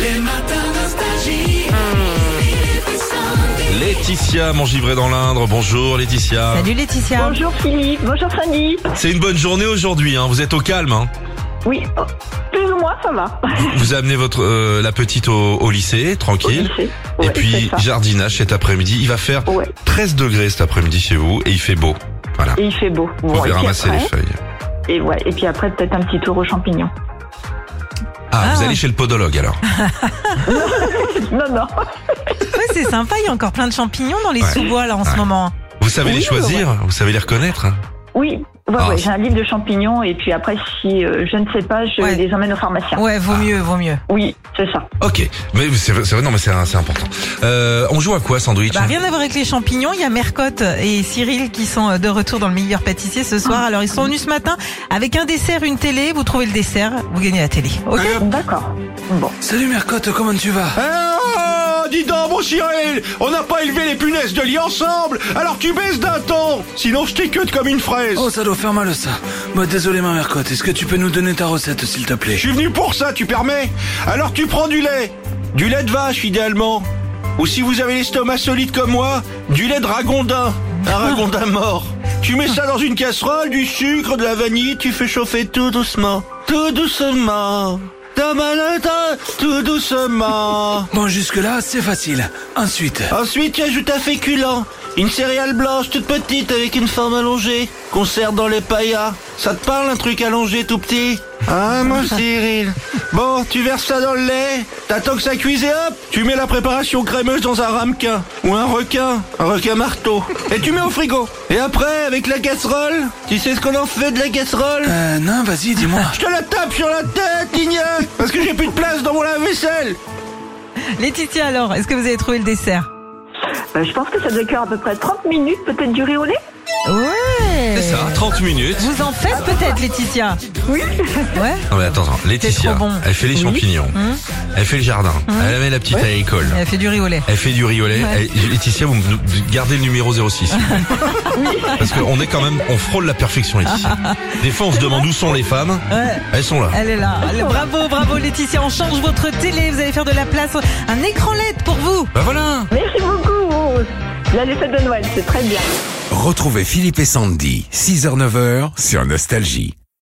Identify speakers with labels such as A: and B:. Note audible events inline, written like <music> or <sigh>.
A: Les matins nostalgie.
B: Laetitia, Mongivré dans l'Indre. Bonjour Laetitia.
C: Salut Laetitia.
D: Bonjour Philippe, bonjour Sandy.
B: C'est une bonne journée aujourd'hui. Hein. Vous êtes au calme. Hein.
D: Oui, oh, plus ou moins ça va.
B: Vous amenez votre euh, la petite au, au lycée, tranquille.
D: Au lycée.
B: Et
D: Ouais,
B: puis
D: c'est ça.
B: jardinage cet après-midi. Il va faire
D: Ouais.
B: 13 degrés cet après-midi chez vous et il fait beau. Voilà.
D: Et il fait beau.
B: Vous
D: Bon,
B: pouvez
D: et, puis
B: ramasser les
D: après,
B: feuilles.
D: et, ouais, et puis après, peut-être un petit tour aux champignons. <laughs>
B: Ah, vous
C: Ah.
B: allez chez le podologue alors.
D: Non, non.
C: Ouais, c'est sympa, il y a encore plein de champignons dans les
B: Ouais.
C: sous-bois là en
B: Ouais.
C: ce moment.
B: Vous savez les
D: Oui,
B: choisir, vous savez les reconnaître. hein.
D: Oui, ouais,
B: Ah.
D: ouais, j'ai un livre de champignons et puis après, si euh, je ne sais pas, je
C: Ouais.
D: les emmène au pharmacien.
C: Ouais,
B: Ah.
C: vaut mieux, vaut mieux.
D: Oui, c'est ça.
B: Ok, mais c'est vrai, c'est vrai, non mais c'est c'est important. Euh, on joue à quoi sandwich
C: Bah, rien à voir avec les champignons, il y a Mercotte et Cyril qui sont euh, de retour dans le meilleur pâtissier ce soir.
B: Ah.
C: Alors ils sont venus ce matin avec un dessert, une télé. Vous trouvez le dessert, vous gagnez la télé. Ok
B: Ah.
D: D'accord. Bon.
E: Salut Mercotte, comment tu vas
F: Ah, Eh, dis donc, mon Cyril, on n'a pas élevé les punaises de lit ensemble, alors tu baisses d'un ton, sinon je t'écute comme une fraise.
E: Oh, ça doit faire mal ça. Bah désolé ma Mercotte, est-ce que tu peux nous donner ta recette s'il te plaît
F: Je suis venu pour ça, tu permets Alors tu prends du lait, du lait de vache idéalement, ou si vous avez l'estomac solide comme moi, du lait de ragondin, un ragondin mort. Tu mets ça dans une casserole, du sucre, de la vanille, tu fais chauffer tout doucement, tout doucement, Ta malata, tout doucement.
E: Bon, jusque-là, c'est facile. Ensuite,
F: Ensuite, tu ajoutes un féculent, une céréale blanche toute petite avec une forme allongée, qu'on sert dans les paillas. Ça te parle un truc allongé tout petit Ah, mon Cyril Bon, tu verses ça dans le lait, t'attends que ça cuise et hop Tu mets la préparation crémeuse dans un ramequin, ou un requin, un requin marteau, et tu mets au frigo. Et après, avec la casserole, tu sais ce qu'on en fait de la casserole
E: euh, non, vas-y, dis-moi.
F: Je te la tape sur la tête, Lignac Parce que j'ai plus de place dans mon lave-vaisselle
C: Laetitia alors, est-ce que vous avez trouvé le dessert
D: Bah, je pense que ça doit cuire à peu près 30 minutes, peut-être du riz au lait.
C: Ouais.
B: 30 minutes.
C: Vous en faites peut-être Laetitia
D: Oui.
C: Ouais.
B: Non mais attends, attends. Laetitia,
C: trop bon.
B: elle fait les
C: Oui.
B: champignons,
C: Hum.
B: elle fait le jardin, elle amène la petite à l'école.
C: Elle a fait du riz au lait.
B: Elle fait du riolet.
C: Ouais.
B: Eh, Laetitia, vous nous- gardez le numéro
C: <laughs>
B: 06. Parce qu'on est quand même, on frôle la perfection ici. Des fois, on se demande où sont les femmes.
C: Ouais.
B: Elles sont là.
C: Elle est là. Elle- Bravo, bravo Laetitia. On change votre télé. Vous allez faire de la place. Un écran LED pour vous.
B: Bah voilà.
D: Merci beaucoup. Là, les fêtes de Noël, c'est très bien.
G: Retrouvez Philippe et Sandy, 6h-9h sur Nostalgie.